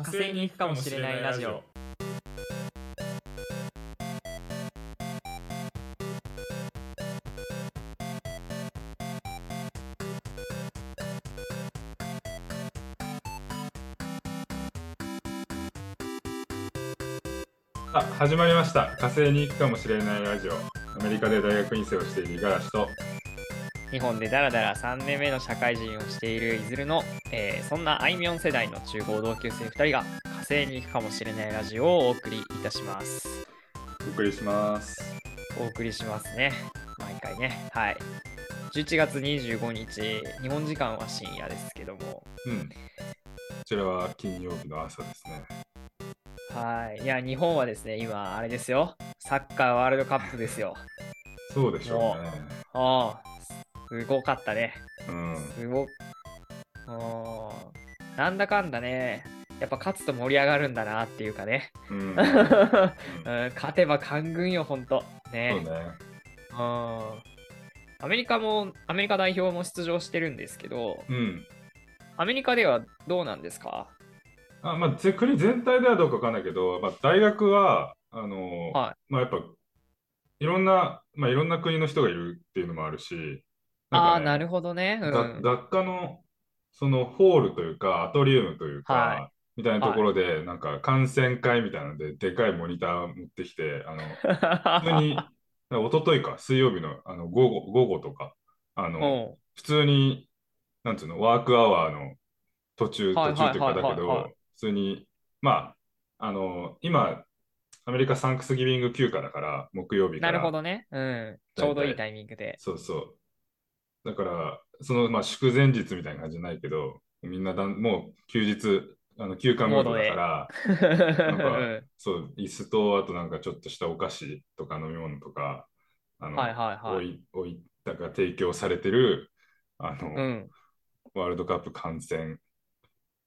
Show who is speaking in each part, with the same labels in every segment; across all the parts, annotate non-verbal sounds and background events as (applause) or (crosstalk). Speaker 1: 火
Speaker 2: 星に行くかもしれないラジオ
Speaker 1: あ始まりました火星に行くかもしれないラジオアメリカで大学院生をしている五十嵐と
Speaker 2: 日本でダラダラ3年目の社会人をしているいずるの、えーそんなあいみょん世代の中高同級生2人が火星に行くかもしれないラジオをお送りいたします
Speaker 1: お送りします
Speaker 2: お送りしますね毎回ねはい11月25日日本時間は深夜ですけども
Speaker 1: うんこちらは金曜日の朝ですね
Speaker 2: はいいや日本はですね今あれですよサッカーワールドカップですよ
Speaker 1: そうでしょうね
Speaker 2: ああすごかったね
Speaker 1: うん
Speaker 2: すごく。あーなんだかんだね、やっぱ勝つと盛り上がるんだなっていう
Speaker 1: (laughs)
Speaker 2: か (laughs) ね。
Speaker 1: うんう
Speaker 2: う
Speaker 1: ん
Speaker 2: ん
Speaker 1: そう
Speaker 2: 勝てば官軍よ、ほんと。ね。
Speaker 1: ね
Speaker 2: うんアメリカも、アメリカ代表も出場してるんですけど、
Speaker 1: うん
Speaker 2: アメリカではどうなんですか
Speaker 1: あまあぜ国全体ではどうかわかんないけど、まあ、大学はあの、
Speaker 2: は
Speaker 1: まあやっぱいろんな、まあ、いろんな国の人がいるっていうのもあるしん
Speaker 2: ああ
Speaker 1: か
Speaker 2: ー、
Speaker 1: ね
Speaker 2: なるほどね。うん
Speaker 1: が学科のそのホールというかアトリウムというか、
Speaker 2: は
Speaker 1: みたいなところで、なんか観戦会みたいなのででかいモニター持ってきてあの普
Speaker 2: (laughs)
Speaker 1: 通に一昨日か水曜日のあの午後午後とかあ
Speaker 2: う
Speaker 1: の
Speaker 2: (laughs) ん
Speaker 1: 普通になんつうのワークアワーの途中
Speaker 2: はい
Speaker 1: 途中というかだ
Speaker 2: はい
Speaker 1: け
Speaker 2: はいはいは
Speaker 1: ど普通にまああの今アメリカサンクスギビング休暇だから木曜日か
Speaker 2: なる
Speaker 1: ら
Speaker 2: ほどね。うん。ちょうどいいタイミングで。
Speaker 1: そうそう。だから、その、まあ、祝前日みたいな感じじゃないけど、みんなだん、もう休日、あの休暇ムードだから、んか
Speaker 2: (laughs) うん
Speaker 1: そう、椅子と、あとなんかちょっとしたお菓子とか飲み物とか、あの、
Speaker 2: はいはいは
Speaker 1: 置
Speaker 2: い。
Speaker 1: い、置いたか提供されてる、あの、
Speaker 2: うん、
Speaker 1: ワールドカップ観戦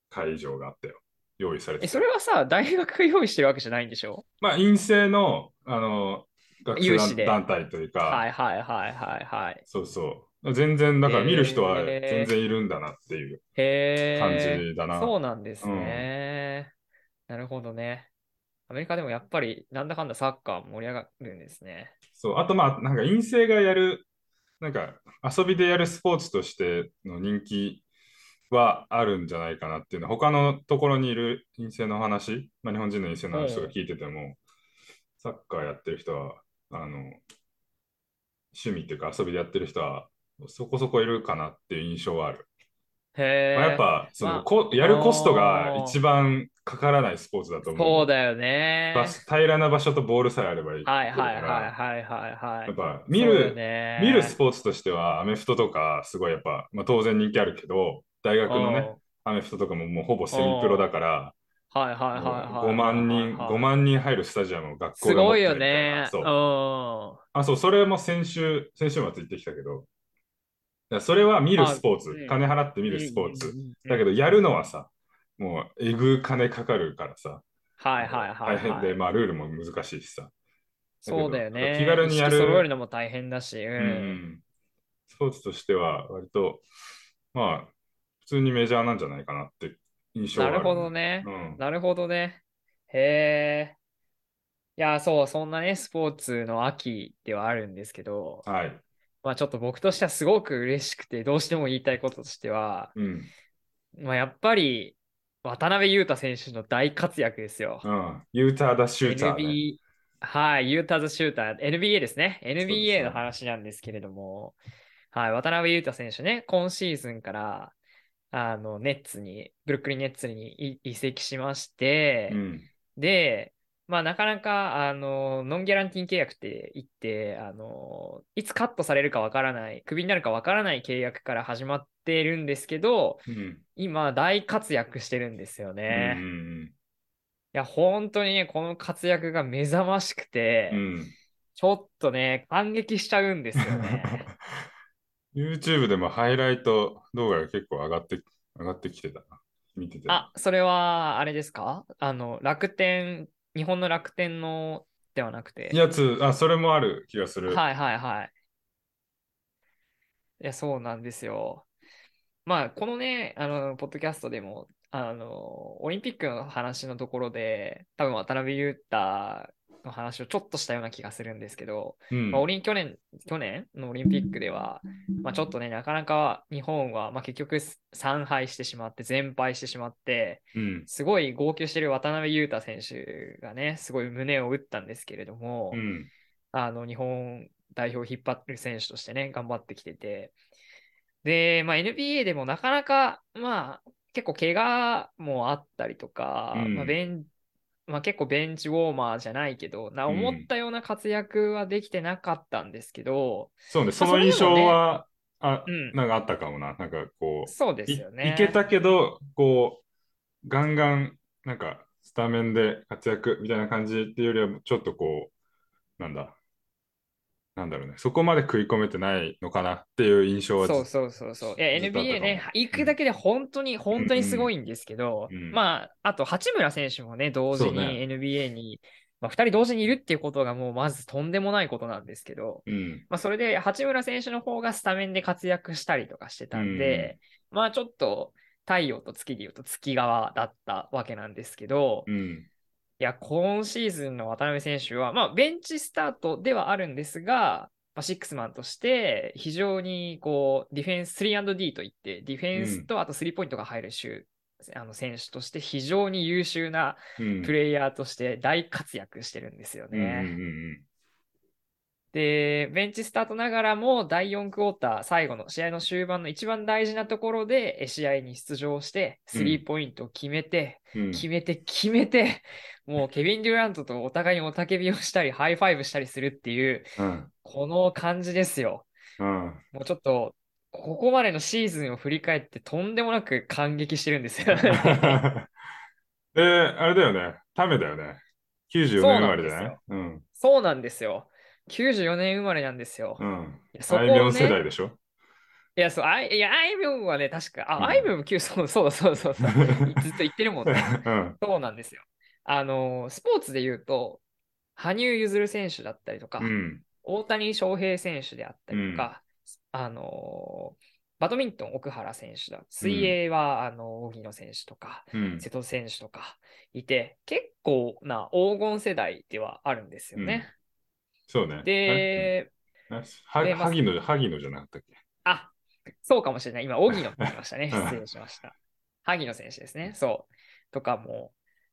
Speaker 1: 会場があったよ。用意されて
Speaker 2: え
Speaker 1: た
Speaker 2: それはさ、大学が用意してるわけじゃないんでしょ
Speaker 1: まあ、陰性の、あの、学習
Speaker 2: 有
Speaker 1: 団
Speaker 2: 志で
Speaker 1: 団体というか、
Speaker 2: はいはいはいはいはい。
Speaker 1: そうそう。全然、だから見る人は
Speaker 2: へー
Speaker 1: 全然いるんだなっていう。
Speaker 2: へえ。
Speaker 1: 感じだな。
Speaker 2: そうなんですね、なるほどね。アメリカでもやっぱりなんだかんだサッカー盛り上がるんですね。
Speaker 1: そうあとまあ、なんか陰性がやる、なんか遊びでやるスポーツとしての人気はあるんじゃないかなっていうのは、他のところにいる陰性の話、まあ、日本人の陰性の話とか聞いてても、サッカーやってる人は、あの、趣味っていうか遊びでやってる人は、そこそこいるかなっていう印象はある。
Speaker 2: へえ。
Speaker 1: まあ、やっぱ、その、
Speaker 2: まあ
Speaker 1: こやるコスト
Speaker 2: あ
Speaker 1: が
Speaker 2: ー
Speaker 1: 一番かからないスポーツだと思う。
Speaker 2: そうだよね。
Speaker 1: 場所平らな場所とボールさえあればいい。
Speaker 2: はいはいはい
Speaker 1: だか
Speaker 2: はいはい
Speaker 1: ら
Speaker 2: は
Speaker 1: やっ
Speaker 2: い。
Speaker 1: ぱ見
Speaker 2: そうだよ
Speaker 1: る、
Speaker 2: ね
Speaker 1: 見るスポーツとしてはアメフトとかすごいやっぱ、まあ、当然人気あるけど大学のねアメフトとかももうほぼセミプロだから
Speaker 2: うんはいはいはいはい。
Speaker 1: 5万人
Speaker 2: はい
Speaker 1: 5万人入るスタジアムを学校
Speaker 2: す
Speaker 1: が持っ
Speaker 2: ご
Speaker 1: て
Speaker 2: いよ
Speaker 1: るみたい
Speaker 2: ね
Speaker 1: な。
Speaker 2: う
Speaker 1: そ
Speaker 2: ん。
Speaker 1: うあそうそれも先週先週末行ってきたけどだからそれは見るスポーツ
Speaker 2: あうん
Speaker 1: 金払って見るスポー
Speaker 2: うん
Speaker 1: ツ
Speaker 2: うんうんうん
Speaker 1: だけどやるのはさもうえぐ金かかるからさ
Speaker 2: はいはいはい、はい。
Speaker 1: 大変でまあルールも難しいしさけど
Speaker 2: そうだよね。
Speaker 1: 気軽にやる
Speaker 2: 意識揃えるのも大変だし。うん。
Speaker 1: うんスポーツとしては割と、まあ、普通にメジャーなんじゃないかなって印象は
Speaker 2: な
Speaker 1: あ
Speaker 2: るほどね
Speaker 1: う。ん。
Speaker 2: なるほどね。へえ。いや、そう、そんなね、スポーツの秋ではあるんですけど、
Speaker 1: はい。
Speaker 2: まあちょっと僕としてはすごく嬉しくて、どうしても言いたいこととしては、
Speaker 1: うん。
Speaker 2: まあやっぱり渡辺裕太選手の大活躍ですよ
Speaker 1: う。ん。ユーターだシューター、ね。
Speaker 2: NBA、はい、ユータズシューター、NBA ですね。
Speaker 1: ですね
Speaker 2: NBA の話なんですけれども、はい、渡辺裕太選手ね、今シーズンから、あの、ネッツに、ブルックリンネッツにい移籍しまして、
Speaker 1: うん。
Speaker 2: で、まあ、なかなか、あの、ノンギャランティン契約って言って、あの、いつカットされるかわからない、クビになるかわからない契約から始まってるんですけど、
Speaker 1: うん。
Speaker 2: 今、大活躍してるんですよね。
Speaker 1: う
Speaker 2: い
Speaker 1: ん
Speaker 2: や、本当にね、この活躍が目覚ましくて、
Speaker 1: うんうん。
Speaker 2: ちょっとね、感激しちゃうんですよね。
Speaker 1: (laughs) うん。YouTube でもハイライト動画が結構上がって、上がってきてたな。見てて。
Speaker 2: あ、それは、あれですかあの、楽天、日本の楽天のではなくて。
Speaker 1: やつ、あ、それもある気がする。
Speaker 2: はいはいはい。いや、そうなんですよ。まあ、このね、あの、ポッドキャストでも、あの、オリンピックの話のところで、多分渡辺裕太の話をちょっとしたような気がするんですけど、
Speaker 1: うん
Speaker 2: まあ、オリン去年去年のオリンピックでは、まあ、ちょっとね、なかなか日本は、まあ、結局3敗してしまって、全敗してしまって、
Speaker 1: うん
Speaker 2: すごい号泣してる渡辺裕太選手がね、すごい胸を打ったんですけれども、
Speaker 1: うん
Speaker 2: あの日本代表を引っ張る選手としてね、頑張ってきてて、で、まあ、NBA でもなかなか、まあ、結構怪我もあったりとか、
Speaker 1: うん
Speaker 2: まあベンまあ、結構ベンチウォーマーじゃないけど、な
Speaker 1: うん
Speaker 2: 思ったような活躍はできてなかったんですけど、
Speaker 1: そうね、そ
Speaker 2: そ
Speaker 1: の
Speaker 2: れでも
Speaker 1: 印
Speaker 2: ね
Speaker 1: 象は、あ
Speaker 2: うん、
Speaker 1: なんかあったかもな。なんかこう、
Speaker 2: そうで
Speaker 1: い
Speaker 2: すよね。
Speaker 1: いけたけど、こう、ガンガン、なんか、スタメンで活躍みたいな感じっていうよりは、ちょっとこう、なんだ、なんだろうね、そこまで食い込めてないのかなっていう印象はず
Speaker 2: そうそうそうそう。いや、
Speaker 1: ずっとあった
Speaker 2: NBA ね
Speaker 1: かも、
Speaker 2: 行くだけで本当に、本当にすごいんですけど、
Speaker 1: うんうん
Speaker 2: まあ、あと、八村選手もね、同時
Speaker 1: そう
Speaker 2: に
Speaker 1: ね
Speaker 2: NBA に、まあ、2人同時にいるっていうことが、もうまずとんでもないことなんですけど、
Speaker 1: うん、
Speaker 2: まあ、それで八村選手の方がスタメンで活躍したりとかしてたんで、まあ、ちょっと太陽と月で言うと月側だったわけなんですけど、
Speaker 1: うん、
Speaker 2: いや、今シーズンの渡辺選手は、まあ、ベンチスタートではあるんですが、まあ、シックスマンとして、非常にこう、ディフェンス 3&D といって、ディフェンスとあとスリーポイントが入るシューあの選手として、非常に優秀な
Speaker 1: うん。
Speaker 2: プレイヤーとして大活躍してるんですよ
Speaker 1: うんうん
Speaker 2: ね。で、ベンチスタートながらも、第4クォーター、最後の試合の終盤の一番大事なところで、え試合に出場して、スリーポイントを決めて、
Speaker 1: うんうん
Speaker 2: 決めて決めて、もうケビン・デュラントとお互いに雄たけびをしたり、ハイファイブしたりするっていう、
Speaker 1: うん
Speaker 2: この感じですよ。
Speaker 1: うん
Speaker 2: もうちょっと、ここまでのシーズンを振り返って、とんでもなく (laughs) 感激してる
Speaker 1: (laughs)
Speaker 2: んですよ。
Speaker 1: で、あれだよね、ためだよね。94年生まれじゃないうん、
Speaker 2: そうなんですよ。94年生まれなんですよ。
Speaker 1: うん。
Speaker 2: いやそこ
Speaker 1: あ
Speaker 2: を
Speaker 1: いみょん
Speaker 2: ね
Speaker 1: 世代でしょ (laughs)
Speaker 2: いや、そう、あいいや、あいみょんはね、確か、
Speaker 1: うん
Speaker 2: あ、あいみょんも9、そうそうだそ
Speaker 1: (laughs)
Speaker 2: うだそうだ。ずっと言ってるもんね。
Speaker 1: うん。
Speaker 2: そうなんですよ。あの、スポーツで言うと、羽生結弦選手だったりとか、
Speaker 1: うん。
Speaker 2: 大谷翔平選手であったりとか、あのーバドミントン奥原選手だ、水泳は、あの荻野選手とか、
Speaker 1: うん。
Speaker 2: 瀬戸選手とかいて、結構な黄金世代ではあるんですよね。
Speaker 1: そうね。
Speaker 2: で、
Speaker 1: あれ、うんは
Speaker 2: でまあ
Speaker 1: 萩野、萩野じゃなかったっけ
Speaker 2: あ、そうかもしれない。今、荻野って言いましたね。
Speaker 1: うん
Speaker 2: 失礼しました。萩野選手ですね。そう。とかも、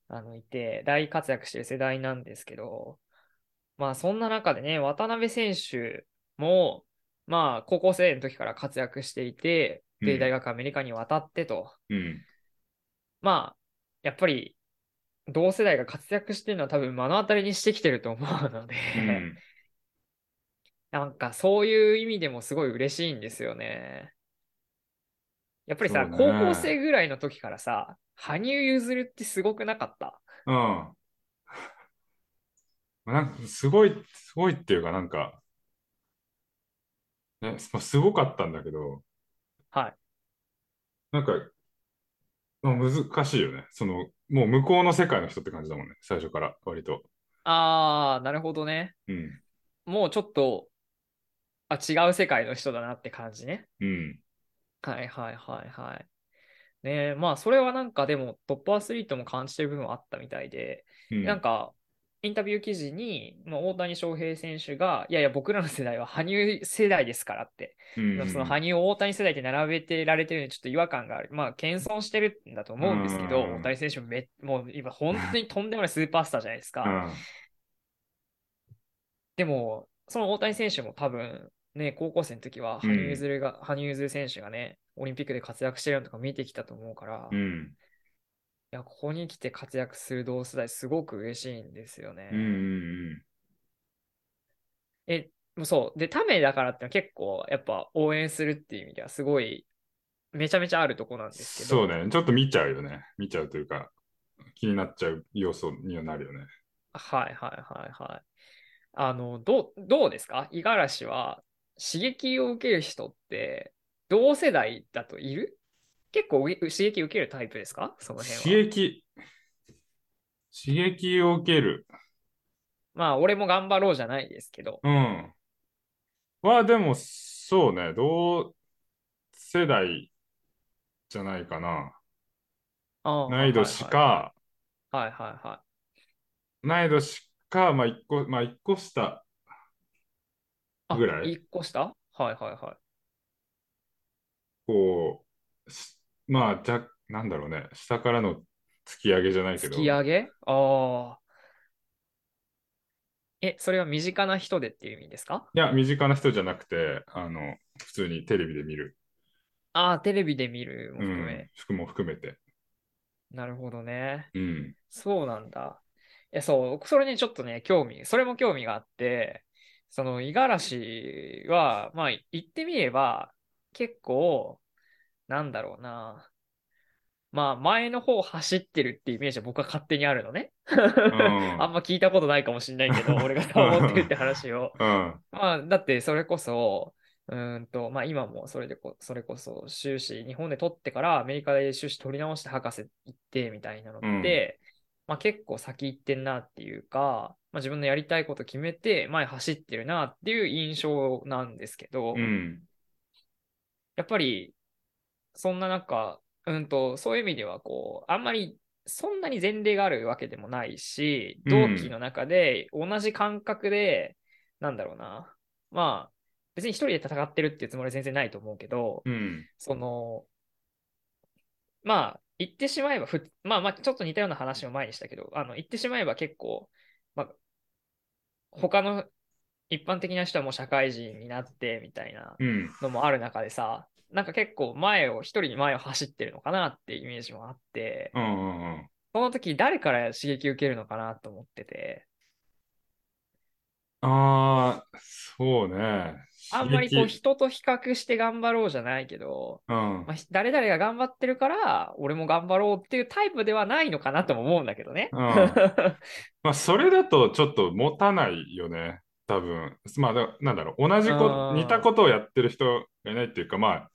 Speaker 2: あの、いて、大活躍してる世代なんですけど、まあ、そんな中でね、渡辺選手も、まあ、高校生の時から活躍していて、
Speaker 1: う
Speaker 2: で、
Speaker 1: ん
Speaker 2: 大学アメリカに渡ってと、 (laughs)
Speaker 1: うん。
Speaker 2: まあ、やっぱり、同世代が活躍してるのは多分目の当たりにしてきてると思うので、
Speaker 1: うん。
Speaker 2: なんかそういう意味でもすごい嬉しいんですよね。やっぱりさ、
Speaker 1: そうね
Speaker 2: 高校生ぐらいの時からさ、羽生結弦ってすごくなかった。
Speaker 1: うん。 (laughs) なんかすごい、すごいっていうか、なんか、ね、すすごかったんだけど、
Speaker 2: はい。
Speaker 1: なんか、まあ難しいよね。その、もう向こうの世界の人って感じだもんね、最初から、割と。
Speaker 2: あー、なるほどね。
Speaker 1: うん。
Speaker 2: もうちょっと、あ、違う世界の人だなって感じね。
Speaker 1: うん。
Speaker 2: はいはいはいはい。ねえまあそれはなんかでもトップアスリートも感じてる部分はあったみたいで、
Speaker 1: うん。
Speaker 2: なんか、インタビュー記事に、まあ、大谷翔平選手が、いやいや、僕らの世代は羽生世代ですからって
Speaker 1: うん、
Speaker 2: その羽生、大谷世代って並べてられてるのにちょっと違和感がある。まあ、謙遜してるんだと思うんですけど、
Speaker 1: うん
Speaker 2: 大谷選手もめ、もう今、本当にとんでもないスーパースターじゃないですか。でも、その大谷選手も多分、ね、高校生の時は、羽生結弦が、羽生結弦選手がね、オリンピックで活躍してるのとか見てきたと思うから、
Speaker 1: う
Speaker 2: い
Speaker 1: ん。
Speaker 2: や、ここに来て活躍する同世代、すごく嬉しいんですよね。
Speaker 1: うん。うん。
Speaker 2: え、もうそう。で、タメだからってのは結構、やっぱ応援するっていう意味では、すごい、めちゃめちゃあるとこなんですけど。
Speaker 1: そうね、ちょっと見ちゃうよね。見ちゃうというか、気になっちゃう要素にはなるよね。
Speaker 2: はいはいはいはい。あの、どう、どうですか五十嵐は刺激を受ける人って同世代だといる結構う刺激受けるタイプですかその辺は。
Speaker 1: 刺激、刺激を受ける。
Speaker 2: まあ、俺も頑張ろうじゃないですけど。
Speaker 1: うん。は、でも、そうね、同世代じゃないかな。難易度しか、
Speaker 2: はいはいは
Speaker 1: 難易度しか、まあ一個、まあ一個下
Speaker 2: い。
Speaker 1: ぐらい
Speaker 2: 一個下はいはいは
Speaker 1: こう、しまあ、じゃ、なんだろうね、下からの突き上げじゃない
Speaker 2: い。
Speaker 1: け
Speaker 2: 突
Speaker 1: ど、
Speaker 2: き上げああ。え、それは身近な人でっていう意味ですか
Speaker 1: いや、身近な人じゃなくて、あの、普通にテレビで見る、
Speaker 2: ああ、テレビで見るも
Speaker 1: う
Speaker 2: 含
Speaker 1: ん
Speaker 2: め。、
Speaker 1: 含も含めて、
Speaker 2: なるほどね。 (laughs)
Speaker 1: うん、
Speaker 2: そうなんだ。え、そう、それにちょっとね、興味、それも興味があって、その五十嵐は、まあ、言ってみれば、結構、なんだろうな。まあ、前の方走ってるってイメージは僕は勝手にあるのね。
Speaker 1: ん
Speaker 2: (laughs) あんま聞いたことないかもしれないけど、俺がそう思ってるって話を。
Speaker 1: うん、
Speaker 2: まあ、だってそれこそ、うーんと、まあ今もそれでこ、それこそ修士、日本で取ってからアメリカで修士取り直して博士行ってみたいなのって、まあ結構先行ってんなっていうか、まあ自分のやりたいこと決めて前走ってるなっていう印象なんですけど、
Speaker 1: うん、
Speaker 2: やっぱり、そんな中、うんと、そういう意味では、こう、あんまり、そんなに前例があるわけでもないし、
Speaker 1: うん
Speaker 2: 同期の中で、同じ感覚で、なんだろうな、まあ、別に一人で戦ってるっていうつもりは全然ないと思うけど、
Speaker 1: うん、
Speaker 2: その、まあ、言ってしまえばふ、まあまあ、ちょっと似たような話を前にしたけど、あの、言ってしまえば結構、まあ、他の一般的な人はもう社会人になって、みたいな
Speaker 1: うん、
Speaker 2: のもある中でさ、なんか結構前を、一人に前を走ってるのかなってイメージもあって、
Speaker 1: うん、うん、うん
Speaker 2: その時誰から刺激受けるのかなと思ってて、
Speaker 1: ああ、そうね、
Speaker 2: あんまりこう
Speaker 1: 刺激、
Speaker 2: 人と比較して頑張ろうじゃないけど、
Speaker 1: うん
Speaker 2: まあ、ひ誰々が頑張ってるから、俺も頑張ろうっていうタイプではないのかなとも思うんだけどね。 (laughs)
Speaker 1: うんまあ、それだとちょっと持たないよね、多分。まあ、だなんだろう、同じこ
Speaker 2: あー
Speaker 1: 似たことをやってる人がいないっていうか、まあ、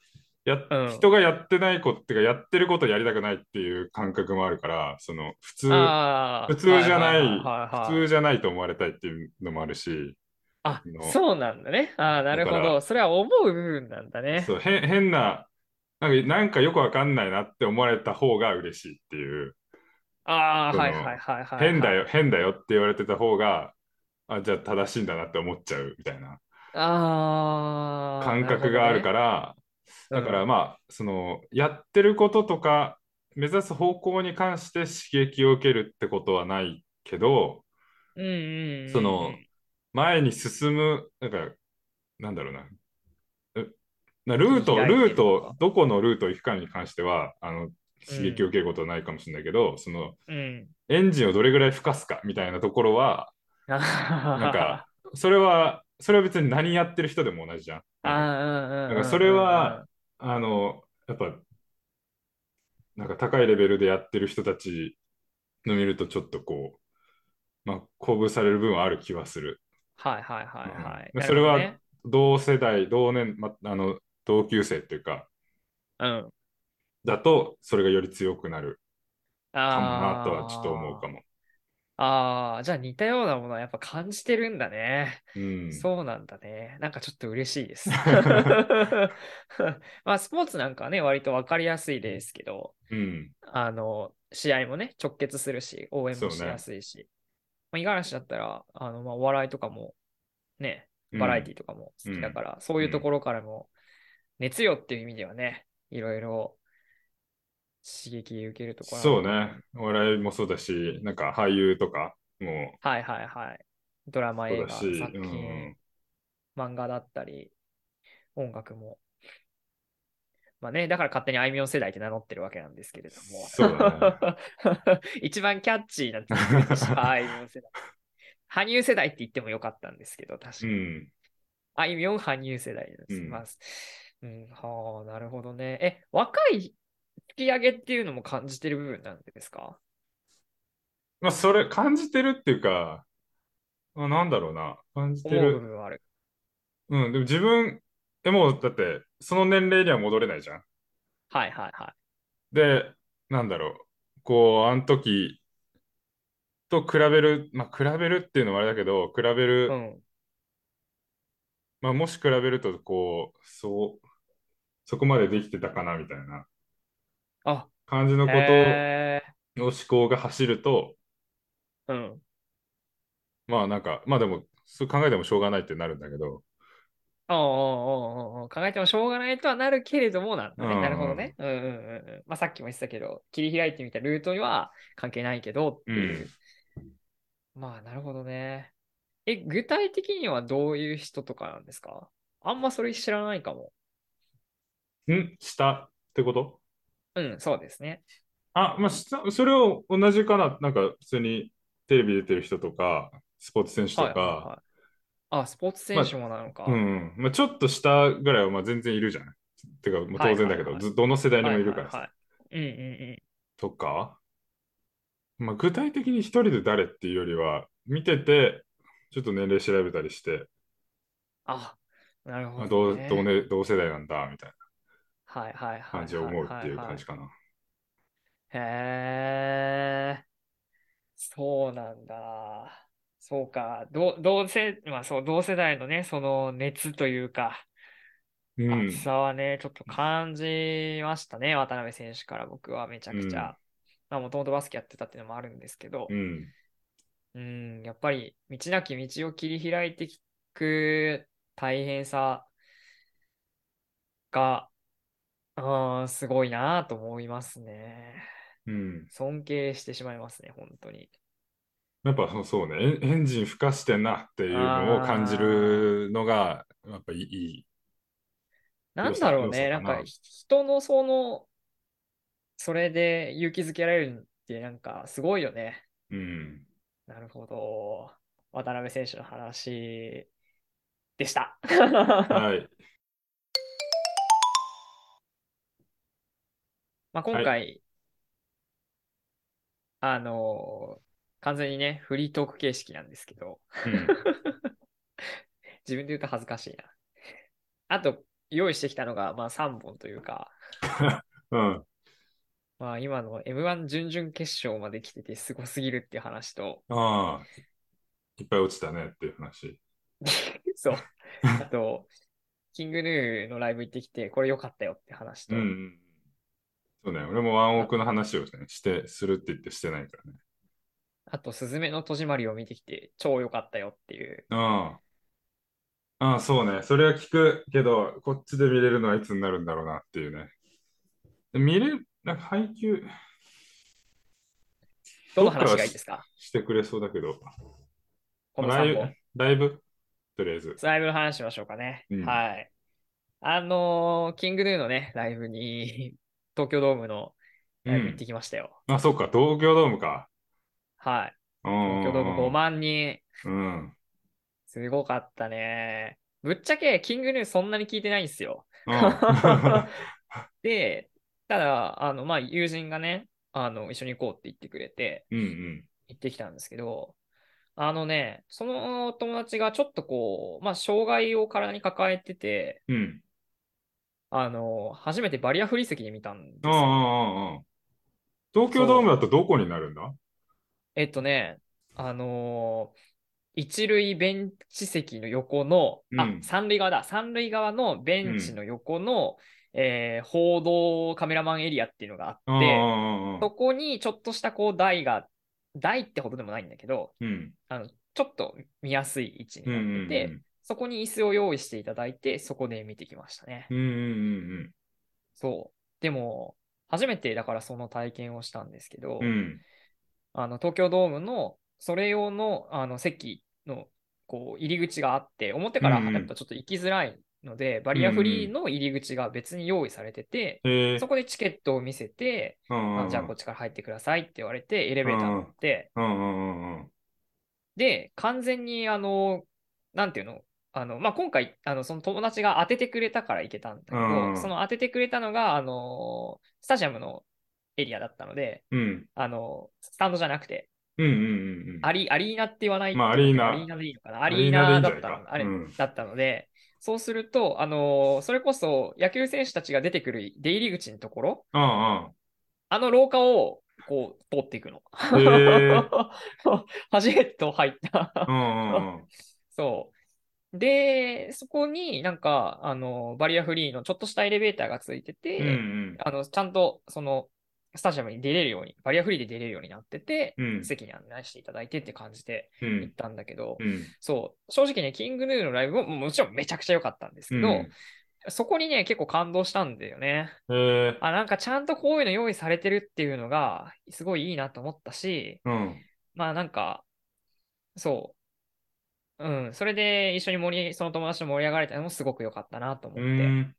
Speaker 1: や
Speaker 2: うん
Speaker 1: 人がやってないことっていうか、やってることをやりたくないっていう感覚もあるから、その普通、
Speaker 2: あー
Speaker 1: 普通じゃない
Speaker 2: はははは
Speaker 1: 普通じゃないと思われたいっていうのもあるし、
Speaker 2: あ
Speaker 1: の、
Speaker 2: そうなんだね。ああ、なるほ
Speaker 1: だか
Speaker 2: ど。
Speaker 1: ら
Speaker 2: それは思う部分なんだね。
Speaker 1: そうへん変ななんか、なんかよくわかんないなって思われた方が嬉しいっていう、
Speaker 2: ああ、
Speaker 1: その
Speaker 2: はいはいはいはい。
Speaker 1: 変だ。よ、変だよって言われてた方が、あ、じゃあ正しいんだなって思っちゃうみたいな。
Speaker 2: ああ。
Speaker 1: 感覚がある
Speaker 2: ら
Speaker 1: から、
Speaker 2: うん
Speaker 1: だからまあ、その、やってることとか、目指す方向に関して刺激を受けるってことはないけど、
Speaker 2: うんうんうんうん
Speaker 1: その、前に進む、なんか、なんだろうな、うなルート、
Speaker 2: 開いてる
Speaker 1: ルー
Speaker 2: とか
Speaker 1: ト、どこのルートを行くかに関しては、あの、刺激を受けることはないかもしれないけど、その、
Speaker 2: うん。
Speaker 1: エンジンをどれぐらい吹かすかみたいなところは、
Speaker 2: なん
Speaker 1: なんか、それは、それは別に何やってる人でも同じじゃん。
Speaker 2: あ
Speaker 1: なんかそれは、あの、やっぱ、なんか高いレベルでやってる人たちの見ると、ちょっとこう、まあ、鼓舞される部分はある気はする。
Speaker 2: はいはいはいはい。
Speaker 1: うん
Speaker 2: なるほどね
Speaker 1: それは同世代、同年、ま、あの、同級生っていうか、
Speaker 2: うん。
Speaker 1: だと、それがより強くなるかも
Speaker 2: あ
Speaker 1: な
Speaker 2: あ。
Speaker 1: とはちょっと思うかも。
Speaker 2: ああ、じゃあ似たようなものはやっぱ感じてるんだね。
Speaker 1: うん。
Speaker 2: そうなんだね。なんかちょっと嬉し
Speaker 1: (laughs)
Speaker 2: いです。 (laughs) まあスポーツなんかはね、割と分かりやすいですけど、
Speaker 1: うん。
Speaker 2: あの、試合もね、直結するし、応援もしやすいし。まあ、五十嵐だったら、あの、まあ、お笑いとかも、ね、バラエティとかも好きだから、そういうところからも、熱量っていう意味ではね、いろいろ刺激受けるところある
Speaker 1: そうね。。お笑いもそうだし、なんか俳優とかも
Speaker 2: はいはいはい。ドラマ、
Speaker 1: そう
Speaker 2: 映
Speaker 1: だ
Speaker 2: 画、
Speaker 1: し、
Speaker 2: 作
Speaker 1: う
Speaker 2: 品
Speaker 1: ん、。
Speaker 2: 漫画だったり、音楽も。まあね、だから勝手にあいみょん世代って名乗ってるわけなんですけれども。
Speaker 1: そうだ
Speaker 2: (laughs) 一番キャッチーなツイートしたあいみょ
Speaker 1: (laughs)
Speaker 2: ん世代。羽生世代って言ってもよかったんですけど、確か
Speaker 1: う
Speaker 2: に。
Speaker 1: ん。
Speaker 2: あいみょん、羽生世代です。
Speaker 1: うん
Speaker 2: まあ、うん、はあ、なるほどね。え、若い突き上げっていうのも感じてる部分なんですか
Speaker 1: まあ、それ感じてるっていうか、まあ、なんだろうな、感じて
Speaker 2: 思う部
Speaker 1: る。
Speaker 2: 分はある。
Speaker 1: うん、でも自分、でもだって、その年齢には戻れないじゃん。
Speaker 2: はいはいはい。
Speaker 1: で、なんだろう、こう、あの時と比べる、まあ、比べるっていうのもあれだけど、比べる、
Speaker 2: うん。
Speaker 1: まあ、もし比べると、こう、そう、そこまでできてたかなみたいな
Speaker 2: あ、
Speaker 1: 感じのこ
Speaker 2: え
Speaker 1: とを思考が走ると、
Speaker 2: ーうん。
Speaker 1: まあなんか、まあでも、そう考えてもしょうがないってなるんだけど、
Speaker 2: おうおうおうおうおう考えてもしょうがないとはなるけれどもなんだね。
Speaker 1: うん
Speaker 2: なるほどね。うんうんうんうん。まあさっきも言ってたけど、切り開いてみたルートには関係ないけどっていう。まあなるほどね。え、具体的にはどういう人とかなんですかあんまそれ知らないかも。
Speaker 1: ん下ってこと
Speaker 2: うん、そうですね。
Speaker 1: あ、まあ下、それを同じかな、なんか普通にテレビ出てる人とか、スポーツ選手と
Speaker 2: はいはい
Speaker 1: か、
Speaker 2: はい。あ、スポーツ選手もなのか。
Speaker 1: うんうん、まあちょっと下ぐらいはまあ全然いるじゃん。てか、もう当然だけ
Speaker 2: はいはい
Speaker 1: ど、
Speaker 2: はい
Speaker 1: ずどの世代に
Speaker 2: はい
Speaker 1: も
Speaker 2: は
Speaker 1: る
Speaker 2: いい
Speaker 1: からさ。
Speaker 2: はい。うんうん
Speaker 1: とか、まあ、具体的に一人で誰っていうよりは、見てて、ちょっと年齢調べたりして、
Speaker 2: うん。あ、なるほ
Speaker 1: あ
Speaker 2: ど、
Speaker 1: 同
Speaker 2: ね。
Speaker 1: 同ね、同世代なんだみたいな
Speaker 2: はいはいはいはい。
Speaker 1: 感じを思うっていう感じかな。
Speaker 2: へえ、そうなんだ。そうか。どう同世、まあそう、同世代のね、その熱という
Speaker 1: う
Speaker 2: か、
Speaker 1: ん
Speaker 2: 熱さはね、ちょっと感じましたね、渡辺選手から僕はめちゃくちゃ。まあもともとバスケやってたっていうのもあるんですけど
Speaker 1: う、ん
Speaker 2: うん、やっぱり道なき道を切り開いていく大変さが、うん、すごいなと思いますね。
Speaker 1: うん、
Speaker 2: 尊敬してしまいますね、本当に。
Speaker 1: やっぱそうそうねエン、エンジンふかしてんなっていうのを感じるのが、やっぱいいいい。
Speaker 2: なんだろう
Speaker 1: 良
Speaker 2: ね、な
Speaker 1: さ
Speaker 2: ん
Speaker 1: かな
Speaker 2: か人のその、それで勇気づけられるってなんかすごいよね。
Speaker 1: うん。
Speaker 2: なるほど。渡辺選手の話
Speaker 1: (laughs)
Speaker 2: でした。
Speaker 1: はい。
Speaker 2: まあ今回、
Speaker 1: は
Speaker 2: あのー完全にね、フリートーク形式なんですけど、
Speaker 1: うん
Speaker 2: 自分で言うと恥ずかしいな。 (laughs) あと、用意してきたのが、まあ3本というか、
Speaker 1: うん。
Speaker 2: まあ今の M1 準々決勝まで来ててすごすぎるっていう話と、
Speaker 1: (laughs) ああ。いっぱい落ちたねっていう話。
Speaker 2: そう。あと、キングヌーのライブ行ってきて、これ良かったよって話
Speaker 1: う
Speaker 2: と、
Speaker 1: んうん。そうね。俺もワンオークの話を、ね、して、するって言ってしてないからね。
Speaker 2: あと、スズメの戸締まりを見てきて、超良かったよっていう。
Speaker 1: ああ。ああ、そうね。それは聞くけど、こっちで見れるのはいつになるんだろうなっていうね。見れる、なんか配給
Speaker 2: どの話がいいですか
Speaker 1: してくれそうだけど、
Speaker 2: この
Speaker 1: ライ
Speaker 2: 3
Speaker 1: ブ
Speaker 2: 本。、
Speaker 1: ライブとりあえず。
Speaker 2: ライブの話しましょうかね。
Speaker 1: うん
Speaker 2: はい。あのーキングヌーのね、ライブに、 (laughs) 東京ドームのライブ行ってきましたよ。
Speaker 1: あ、そっか、東京ドームか。
Speaker 2: はい。
Speaker 1: 東
Speaker 2: 東京ドーム5万人。
Speaker 1: うん。
Speaker 2: すごかったね。ぶっちゃけ、キングヌーそんなに聞いてないんですよ。
Speaker 1: うん。
Speaker 2: で、ただ、あの、まあ、友人がね、あの、一緒に行こうって言ってくれて、
Speaker 1: うんうん。
Speaker 2: 行ってきたんですけど、あのね、その友達がちょっとこう、まあ、障害を体に抱えてて、
Speaker 1: うん。
Speaker 2: あの、初めてバリアフリー席で見たんです
Speaker 1: ああ、
Speaker 2: よ。
Speaker 1: ああ、ああ。東京ドームだとどこになるんだ
Speaker 2: えっとね、あの一塁ベンチ席の横の、
Speaker 1: う
Speaker 2: あ
Speaker 1: ん、
Speaker 2: 三塁側だ、三塁側のベンチの横の、えー報道カメラマンエリアっていうのが
Speaker 1: ああ
Speaker 2: あっ
Speaker 1: あ
Speaker 2: て、
Speaker 1: あ、ああ
Speaker 2: そこにちょっとしたこう台が、台ってほどでもないんだけど、
Speaker 1: うん。
Speaker 2: あのちょっと見やすい位置に
Speaker 1: うん
Speaker 2: なってて、そこに椅子を用意していただいて、そこで見てきましたね。
Speaker 1: うんうん。うんうん
Speaker 2: そう。でも、初めてだからその体験をしたんですけど、
Speaker 1: うんうん。うん。
Speaker 2: あの東京ドームのそれ用のあの席のこう入り口があって、表から
Speaker 1: うんうん
Speaker 2: やっぱちょっと行きづらいので、バリアフリーの入り口が別に用意されてて、
Speaker 1: ええ
Speaker 2: そこでチケットを見せて、
Speaker 1: うんうんう
Speaker 2: あ
Speaker 1: ん
Speaker 2: じゃあこっちから入ってくださいって言われて、エレベーターに乗って、
Speaker 1: うんうんうんうん。
Speaker 2: で、完全に、あの、なんていうの、あの、まあ、今回、あの、その友達が当ててくれたから行けたんだけ
Speaker 1: うんうん
Speaker 2: ど、その当ててくれたのが、あの、スタジアムのエリアだったので、
Speaker 1: うん。
Speaker 2: あの、スタンドじゃなくて、
Speaker 1: うんうんうんうん。
Speaker 2: アリ、アリーナって言わない
Speaker 1: まあアリーナ
Speaker 2: アリーナでいいのかなア
Speaker 1: リ
Speaker 2: リ
Speaker 1: ー
Speaker 2: ー
Speaker 1: ナで
Speaker 2: ナだ
Speaker 1: いいん
Speaker 2: っ
Speaker 1: じゃ
Speaker 2: た
Speaker 1: ないか
Speaker 2: の、あれ、
Speaker 1: うん
Speaker 2: だったので、そうすると、あの、それこそ野球選手たちが出てくる出入り口のところ、
Speaker 1: あ
Speaker 2: あの廊下を、こう、通っていくの。
Speaker 1: あ、ええ
Speaker 2: (laughs) 初めて
Speaker 1: (laughs)
Speaker 2: 入った。
Speaker 1: うんうんうん。
Speaker 2: そう。で、そこになんか、 (laughs) あの、バリアフリーのちょっとしたエレベーターがついてて、
Speaker 1: うんうん。
Speaker 2: あの、ちゃんと、その、スタジアムに出れるように、バリアフリーで出れるようになってて、
Speaker 1: うん。
Speaker 2: 席に案内していただいてって感じで
Speaker 1: う
Speaker 2: 行っ
Speaker 1: ん。
Speaker 2: たんだけど、
Speaker 1: うん。
Speaker 2: そう、正直ね、キングヌーのライブももうもちろんめちゃくちゃ良かったんですけど、
Speaker 1: うん
Speaker 2: そこにね、結構感動したんだよね。
Speaker 1: えー
Speaker 2: あ、なんかちゃんとこういうの用意されてるっていうのが、すごいいいなと思ったし、
Speaker 1: うん。
Speaker 2: まあなんか、そう。うん、それで一緒に盛り、その友達と盛り上がれたのもすごく良かったなと思
Speaker 1: う
Speaker 2: って。
Speaker 1: ん。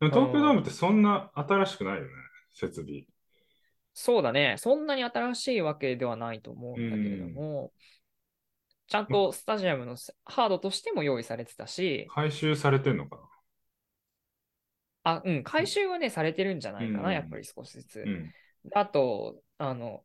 Speaker 1: でも東京ドームってそんな新しくないよね、設備。
Speaker 2: そうだね、そんなに新しいわけではないと思うんだけれども、ちゃんとスタジアムのせハードとしても用意されてたし、
Speaker 1: 回収されてんのか
Speaker 2: あ、うん、回収はね、されてるんじゃないか
Speaker 1: うん
Speaker 2: な、やっぱり少しずつ
Speaker 1: な。う。ん。
Speaker 2: あと、あの、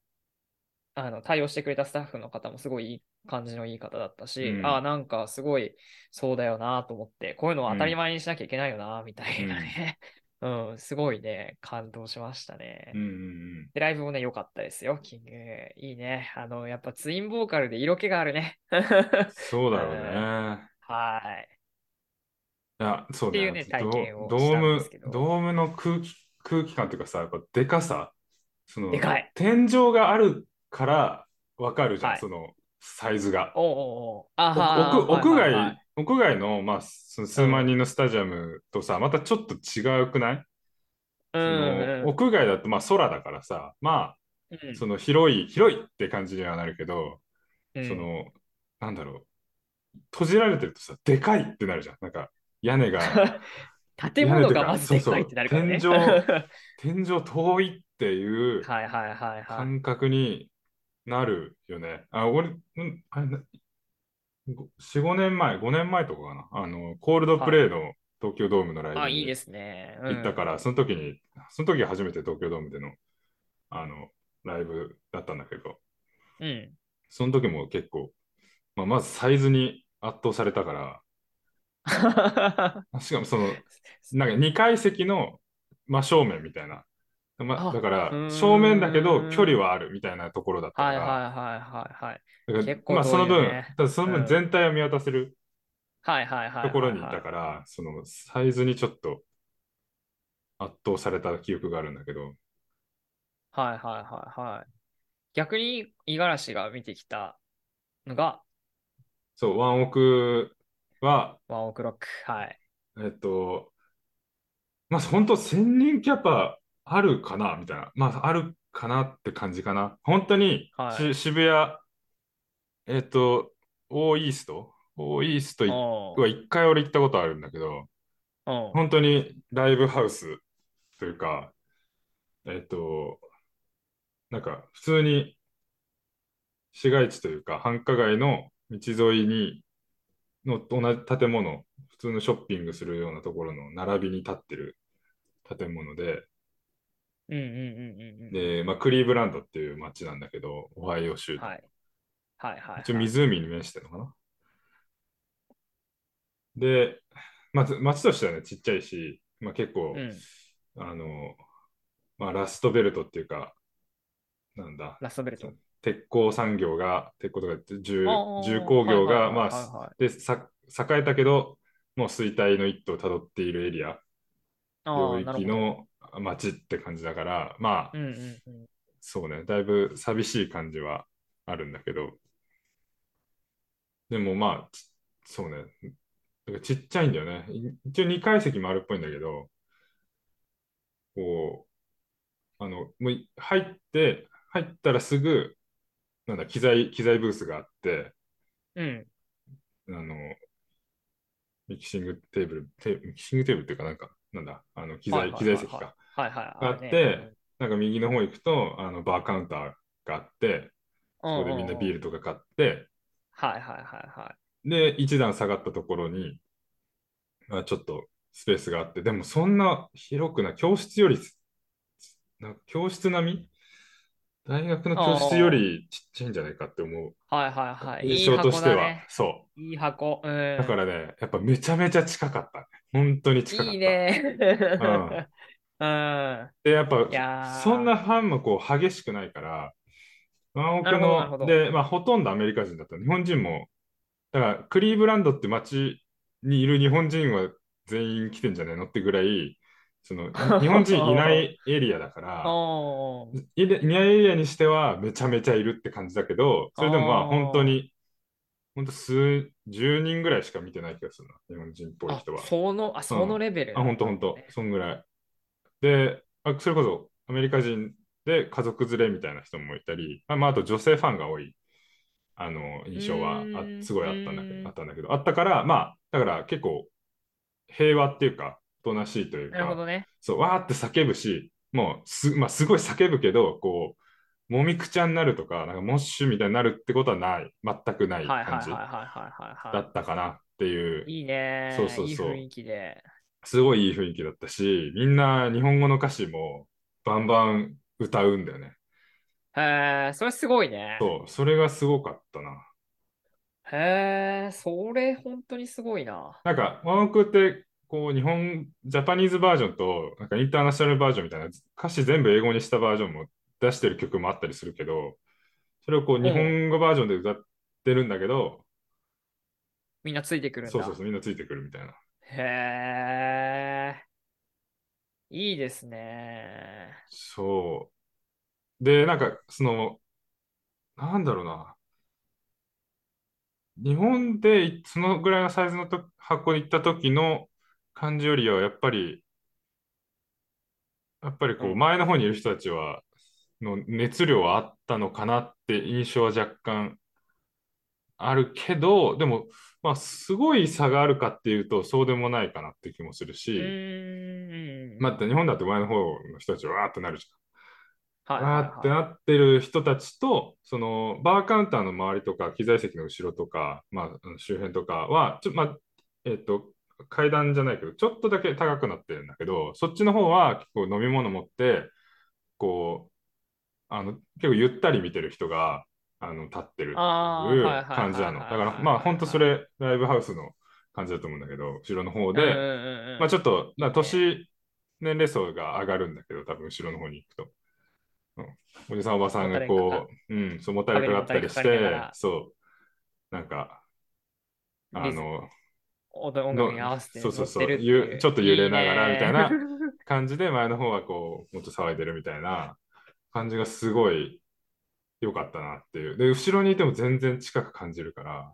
Speaker 2: あの対応してくれたスタッフの方もすごいいい感じの言い方だったし、
Speaker 1: うん
Speaker 2: ああ、なんかすごいそうだよなと思って、こういうのを当たり前にしなきゃいけないよな、みたいなね。 (laughs) うん、すごいね、感動しましたね。
Speaker 1: うんうん
Speaker 2: でライブもね、良かったですよ、キング。いいね。あの、やっぱツインボーカルで色気があ
Speaker 1: (laughs)
Speaker 2: るね。
Speaker 1: うん。そうだろうね。
Speaker 2: はーい。
Speaker 1: いや、そうだよ
Speaker 2: っていうね体験を
Speaker 1: ド
Speaker 2: した
Speaker 1: ー
Speaker 2: んで
Speaker 1: ム
Speaker 2: すけ、ど
Speaker 1: ドームの空気、空気感というかさ、やっぱでかさ、その
Speaker 2: でかい
Speaker 1: 天井があるからわかるじゃん、
Speaker 2: はい
Speaker 1: そのサイズが。
Speaker 2: おうおうおう。あはー
Speaker 1: お屋屋
Speaker 2: はいはいはい
Speaker 1: 外、屋外の、まあ、その数万人のスタジアムとさ、またちょっと違うくない、
Speaker 2: うん
Speaker 1: その屋外だと、まあ、空だからさ、ま
Speaker 2: うん
Speaker 1: あ、その広い、広いって感じにはなるけど、
Speaker 2: うん
Speaker 1: その、なんだろう、閉じられてるとさ、でかいってなるじゃん。なんか、屋
Speaker 2: (laughs)
Speaker 1: 根が。
Speaker 2: 建物がまずでかいってなるからね。
Speaker 1: そうそう天天井遠いっていう
Speaker 2: (laughs) はいはいはいはい。
Speaker 1: 感覚になるよね。あ、俺、うん、あれな、ご4、5年前、5年前とかかな。あの、コールドプレイの東京ドームのライブ
Speaker 2: あ、いい
Speaker 1: に
Speaker 2: ですね。うん
Speaker 1: 行ったから、その時に、その時が初めて東京ドームでの、あの、ライブだったんだけど、
Speaker 2: うん。
Speaker 1: その時も結構、まあ、まずサイズに圧倒されたからあ、しかもその、なんか2階席の真正面みたいな。ま、
Speaker 2: あ
Speaker 1: だから
Speaker 2: うーん
Speaker 1: 正面だけど距離はあるみたいなところだったか
Speaker 2: はいはいはい
Speaker 1: ら、
Speaker 2: はいはい。
Speaker 1: だから
Speaker 2: 結構
Speaker 1: まあその
Speaker 2: 遠いよ
Speaker 1: 分、
Speaker 2: ね
Speaker 1: ただその
Speaker 2: うん
Speaker 1: 分全体を見渡せる
Speaker 2: はいはいはい。
Speaker 1: ところにいたから、そのサイズにちょっと圧倒された記憶があるんだけど、
Speaker 2: はいはいはいはい。逆に五十嵐が見てきたのが
Speaker 1: そう、ワンオクは、
Speaker 2: ワンオクロック。はい。
Speaker 1: えっと、まあ本当1000人キャパあるかなみたいな。まああるかなって感じかな。本当に
Speaker 2: は
Speaker 1: し
Speaker 2: い
Speaker 1: 渋谷、えっと、オーイースト、オーイーストは
Speaker 2: おう
Speaker 1: 1回俺行ったことあるんだけど、
Speaker 2: おう
Speaker 1: 本当にライブハウスというか、えっと、なんか普通に市街地というか繁華街の道沿いにの同じ建物、普通のショッピングするようなところの並びに立ってる建物で、
Speaker 2: うんうんうんうんうん。
Speaker 1: で、まあ、クリーブランドっていう街なんだけど、オハイオ州の
Speaker 2: はい。はいはい、はい。
Speaker 1: 一応湖に面してるのかな。で、まず町としてはね、ちっちゃいし、まあ、結構、
Speaker 2: うん。
Speaker 1: あの、まあ、ラストベルトっていうか、なんだ、
Speaker 2: ラストベルト。
Speaker 1: 鉄鋼産業が、鉄鋼とかって重
Speaker 2: あー
Speaker 1: 重工業
Speaker 2: は
Speaker 1: が、
Speaker 2: いはい
Speaker 1: ま
Speaker 2: はい
Speaker 1: あ、
Speaker 2: はいは
Speaker 1: で
Speaker 2: い
Speaker 1: さ栄えたけど、もう衰退の一途をたどっているエリア、
Speaker 2: あ
Speaker 1: 領
Speaker 2: ーなる
Speaker 1: 域
Speaker 2: ほど
Speaker 1: の町って感じだから、まあ
Speaker 2: う、んうんうん。
Speaker 1: そうね、だいぶ寂しい感じはあるんだけど、でもまあ、ちそうね、なんかちっちゃいんだよね。い一応2階席もあるっぽいんだけど、こう、あの、もうい入って、入ったらすぐ、なんだ、機材、機材ブースがあって、
Speaker 2: うん。
Speaker 1: あの、ミキシングテーブル、テミキシングテーブルっていうかなんか、なんだ、あの、機
Speaker 2: は
Speaker 1: 材、
Speaker 2: いはい
Speaker 1: 機
Speaker 2: はい
Speaker 1: 材席か。
Speaker 2: はいはい。
Speaker 1: あって、なんか右の方行くと、あの、バーカウンターがあって、そこでみんなビー
Speaker 2: ル。
Speaker 1: ルとか買って、
Speaker 2: はいはいはいはい。
Speaker 1: で、一段下がったところに、まあ、ちょっとスペースがあって、でもそんな広くない、教室より、なんか教室並み大学の教室よりちっちゃいんじゃないかって思う。
Speaker 2: はいはいはい。い
Speaker 1: 印
Speaker 2: い
Speaker 1: 象
Speaker 2: 箱
Speaker 1: としては。
Speaker 2: だね。
Speaker 1: そ
Speaker 2: いい箱。う
Speaker 1: う。
Speaker 2: ん。
Speaker 1: だからね、やっぱめちゃめちゃ近かったね。本当に近かった。
Speaker 2: いいね。 (laughs) うん。
Speaker 1: で、やっ
Speaker 2: いや
Speaker 1: ぱ
Speaker 2: ー
Speaker 1: そんなファンもこう激しくないから、ワンオク
Speaker 2: なるほどなるほ
Speaker 1: の、
Speaker 2: ど
Speaker 1: で、まあほとんどアメリカ人だった。日本人も、だからクリーブランドって街にいる日本人は全員来てんじゃねえのってぐらい、そ
Speaker 2: (laughs)
Speaker 1: の日本人いないエリアだから
Speaker 2: あ、ー
Speaker 1: いれいないエリアにしてはめちゃめちゃいるって感じだけど、それでもまあ
Speaker 2: あー
Speaker 1: 本当に、本当数、10人ぐらいしか見てない気がするな、日本人っぽい
Speaker 2: あ
Speaker 1: 人は。
Speaker 2: その、あ、そのレベル。
Speaker 1: あ、本当本当そんぐらい。で、あそれこそアメリカ人で家族連れみたいな人もいたり、まあ、まあ、あと女性ファンが多い、あの、印象は
Speaker 2: うー
Speaker 1: あ
Speaker 2: ん
Speaker 1: すごいあったんだけ
Speaker 2: うーん
Speaker 1: ど、あったんだけど、あったから、まあ、だから結構平和っていうか、おとなしいという
Speaker 2: なるほ
Speaker 1: か、
Speaker 2: どね。
Speaker 1: そう、わーって叫ぶし、もうす、まあ、すごい叫ぶけど、こう、もみくちゃになるとか、なんかモッシュみたいになるってことはない、全くな
Speaker 2: はいいはいはい
Speaker 1: 感
Speaker 2: はい
Speaker 1: じ
Speaker 2: はいはい
Speaker 1: だ
Speaker 2: はい
Speaker 1: ったかなっていう。
Speaker 2: いいね。
Speaker 1: そうそうそう
Speaker 2: いい雰囲気で。
Speaker 1: すごいいい雰囲気だったし、みんな日本語の歌詞もバンバン歌うんだよね。
Speaker 2: へえ、それすごいね。
Speaker 1: そう、それがすごかったな。
Speaker 2: へえ、それ本当にすごいな。
Speaker 1: なんか、ワンオクって、こう、日本、ジャパニーズバージョンと、なんかインターナショナルバージョンみたいな、歌詞全部英語にしたバージョンも出してる曲もあったりするけど、それをこう、日本語バージョンで歌ってるんだけど、
Speaker 2: みんなついてくるんだ。
Speaker 1: そうそうそう、みんなついてくるみたいな。
Speaker 2: へえ。いいですね。
Speaker 1: そう。で、なんか、その、なんだろうな。日本でいそのぐらいのサイズのと箱に行った時の感じよりは、やっぱり、やっぱりこ
Speaker 2: う
Speaker 1: う、
Speaker 2: ん
Speaker 1: 前の方にいる人たちは、の熱量はあったのかなって印象は若干あるけど、でも、まあ、すごい差があるかっていうと、そうでもないかなって気もする
Speaker 2: う
Speaker 1: し、
Speaker 2: ーん。
Speaker 1: まあ、日本だって前の方の人たちはわーってなるじゃん。
Speaker 2: はいはい
Speaker 1: わ
Speaker 2: はい
Speaker 1: ーってなってる人たちと、そのバーカウンターの周りとか、機材席の後ろとか、まあ、あの周辺とかは、ちょまあえっと、階段じゃないけど、ちょっとだけ高くなってるんだけど、そっちの方は結構飲み物持って、こう、あの結構ゆったり見てる人があの立ってるって
Speaker 2: あー
Speaker 1: い
Speaker 2: はいは
Speaker 1: う
Speaker 2: いはい
Speaker 1: 感じなの。だか
Speaker 2: はい
Speaker 1: ら、
Speaker 2: はい
Speaker 1: まあ、本当それ、ライブハウスの感じだと思うんだけど、後ろの方
Speaker 2: うん
Speaker 1: で、
Speaker 2: うんうんうん
Speaker 1: まあちょっと、な
Speaker 2: ね
Speaker 1: 年、年齢層が上がるんだけど、多分後ろの方に行くと。うんおじさん、おばさんが
Speaker 2: もたれ
Speaker 1: こ
Speaker 2: か
Speaker 1: う、うん、そう、もたれかかったりし
Speaker 2: 壁にもたれ
Speaker 1: て
Speaker 2: かかりながら、
Speaker 1: そう、なんか、あ
Speaker 2: リズ
Speaker 1: の、
Speaker 2: 音音楽に合わせて
Speaker 1: そ
Speaker 2: 乗
Speaker 1: うそう
Speaker 2: っ
Speaker 1: そう
Speaker 2: てるってい
Speaker 1: ゆ
Speaker 2: う。
Speaker 1: ちょっと揺れながらみたいな
Speaker 2: ね
Speaker 1: 感じで前の方はこう、もっと騒いでるみたいな感じがすごい良かったなっていう。で、後ろにいても全然近く感じるから、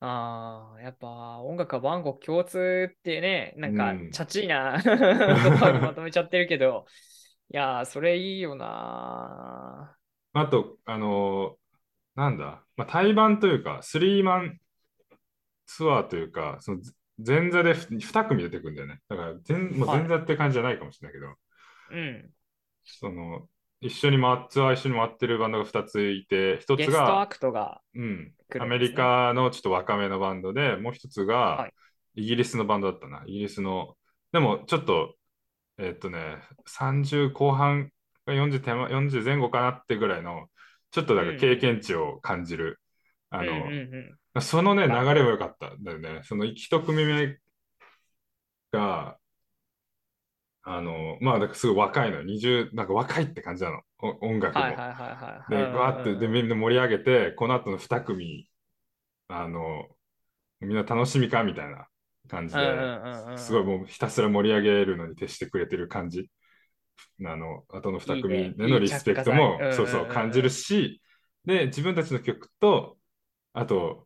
Speaker 2: ああ、やっぱ音楽は万国共通ってね、なんか
Speaker 1: うん、
Speaker 2: チャチいな言葉にまとめちゃってるけど、いやー、それいいよな
Speaker 1: あと、あの、なんだ、まあ、対バンというか、スリーマンツアーというか、その前座でふ2組出てくるんだよね。だから前、もう
Speaker 2: はい
Speaker 1: 前座って感じじゃないかもしれないけど、
Speaker 2: ー。うん。
Speaker 1: その、一緒に回っ、ツアー一緒に回ってるバンドが2ついて、1
Speaker 2: ゲ
Speaker 1: つ
Speaker 2: ストア
Speaker 1: が、
Speaker 2: クトが
Speaker 1: うん、
Speaker 2: 来
Speaker 1: ア
Speaker 2: るん
Speaker 1: メ
Speaker 2: です
Speaker 1: リ
Speaker 2: ね
Speaker 1: カのちょっと若めのバンドで、もう1つ
Speaker 2: は
Speaker 1: が
Speaker 2: い、
Speaker 1: イギリスのバンドだったな。イギリスの、でもちょっと、えっとね、30後半か40手前、40前後かなってぐらいの、ちょっとだから経験値を感じる。あ
Speaker 2: うん
Speaker 1: の、
Speaker 2: うんうん
Speaker 1: そのね、流れも良かったんだよね。その一組目が、あの、まあ、だからすごい若いのよ。20、なんか若いって感じなの。お音楽も。
Speaker 2: はいはいはいはい。
Speaker 1: で、
Speaker 2: うんうんうん
Speaker 1: わーって、で、みんな盛り上げて、この後の2組、あの、みんな楽しみかみたいな感じで、
Speaker 2: うんうんうんうん
Speaker 1: すごいもうひたすら盛り上げるのに徹してくれてる感じ。あの、後の2組目
Speaker 2: いい
Speaker 1: の
Speaker 2: ね
Speaker 1: リスペクトも
Speaker 2: いい着火剤
Speaker 1: そうそう
Speaker 2: うんうんうん
Speaker 1: 感じるし、で、自分たちの曲と、あと、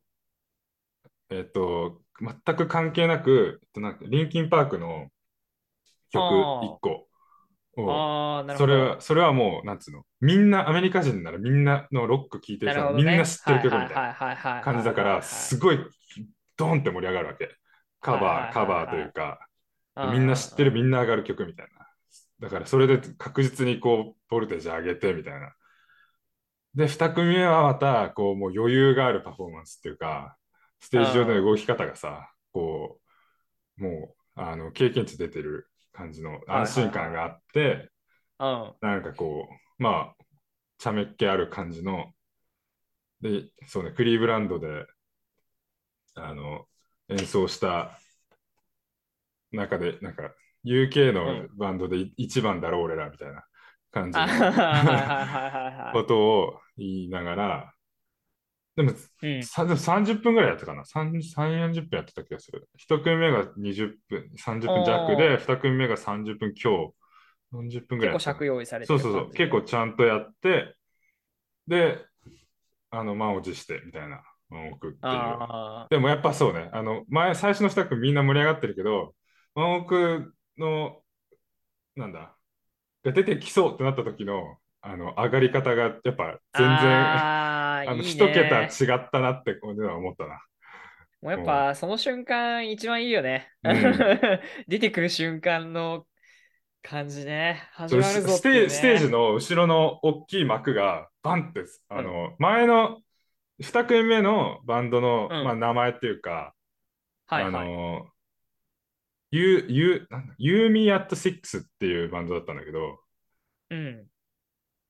Speaker 1: えっと、全く関係なく、えっとなんかリンキンパークの曲
Speaker 2: あー
Speaker 1: 1個を、
Speaker 2: ああ、なる
Speaker 1: そ
Speaker 2: ほ
Speaker 1: れ
Speaker 2: ど。
Speaker 1: は、それはもう、なんつうの、みんな、アメリカ人ならみんなのロック聴いてる
Speaker 2: な
Speaker 1: 人
Speaker 2: る
Speaker 1: は
Speaker 2: ほど
Speaker 1: みん
Speaker 2: ね
Speaker 1: な知ってる曲みたいな。
Speaker 2: はいはいはいはいはい
Speaker 1: 感じだか
Speaker 2: はい
Speaker 1: ら、
Speaker 2: はい
Speaker 1: すごいドーンって盛り上がるわけ。カ
Speaker 2: はいはいは
Speaker 1: バ
Speaker 2: いは
Speaker 1: ー、
Speaker 2: い
Speaker 1: カバーというか、
Speaker 2: うんうんう
Speaker 1: み
Speaker 2: ん
Speaker 1: んな知ってる、みんな上がる曲みたいな。だからそれで確実にこう、ボルテージ上げてみたいな。で、2組目はまた、こう、もう余裕があるパフォーマンスっていうか、ステージ上の動き方がさ、こう、もう、あの、経験値出てる感じの安心感があって、 (laughs)
Speaker 2: うん。
Speaker 1: なんかこう、まあ、ちゃめっ気ある感じの、で、そうね、クリーブランドで、あの、演奏した中で、なんか、UK のバンドでい一番だろ、俺ら、みたいな感じ
Speaker 2: あ
Speaker 1: の
Speaker 2: はいはいはいはいはいはい
Speaker 1: ことを言いながら、でも、
Speaker 2: うん。
Speaker 1: さでも30分ぐらいやったかな。3、3 40分やってた気がする。1組目が20分、30分弱で、2組目が30分強、40分ぐらい
Speaker 2: 結
Speaker 1: やったかな
Speaker 2: 構尺用意されて
Speaker 1: そう
Speaker 2: る
Speaker 1: そうそう、
Speaker 2: 感じで
Speaker 1: 結構ちゃんとやって、で、あの、満を持してみたいなのを置くっていう。
Speaker 2: あ
Speaker 1: でもやっぱそうね、あの、前、最初の2組みんな盛り上がってるけど、満奥の、なんだ、が出てきそうってなった時の、あの、上がり方が、やっぱ
Speaker 2: あ。
Speaker 1: 全然、あ
Speaker 2: ああ、
Speaker 1: の、
Speaker 2: いい
Speaker 1: 一桁
Speaker 2: ね。
Speaker 1: 違ったなって、これは思ったな。
Speaker 2: もうやっぱその瞬間一番いいよね。
Speaker 1: うん
Speaker 2: (laughs) 出てくる瞬間の感じね。
Speaker 1: そ
Speaker 2: 始
Speaker 1: れ
Speaker 2: まる
Speaker 1: ス
Speaker 2: ぞっ
Speaker 1: ス
Speaker 2: て
Speaker 1: テ
Speaker 2: いう、
Speaker 1: ー
Speaker 2: ね。
Speaker 1: ジステージの後ろの大きい幕がバンってす、あの、前の2組目のバンドの、
Speaker 2: うん
Speaker 1: まあ、名前っていうか、
Speaker 2: はい
Speaker 1: あ
Speaker 2: はい。
Speaker 1: の、You, you, なんだ you Me at Six っていうバンドだったんだけど、
Speaker 2: うん。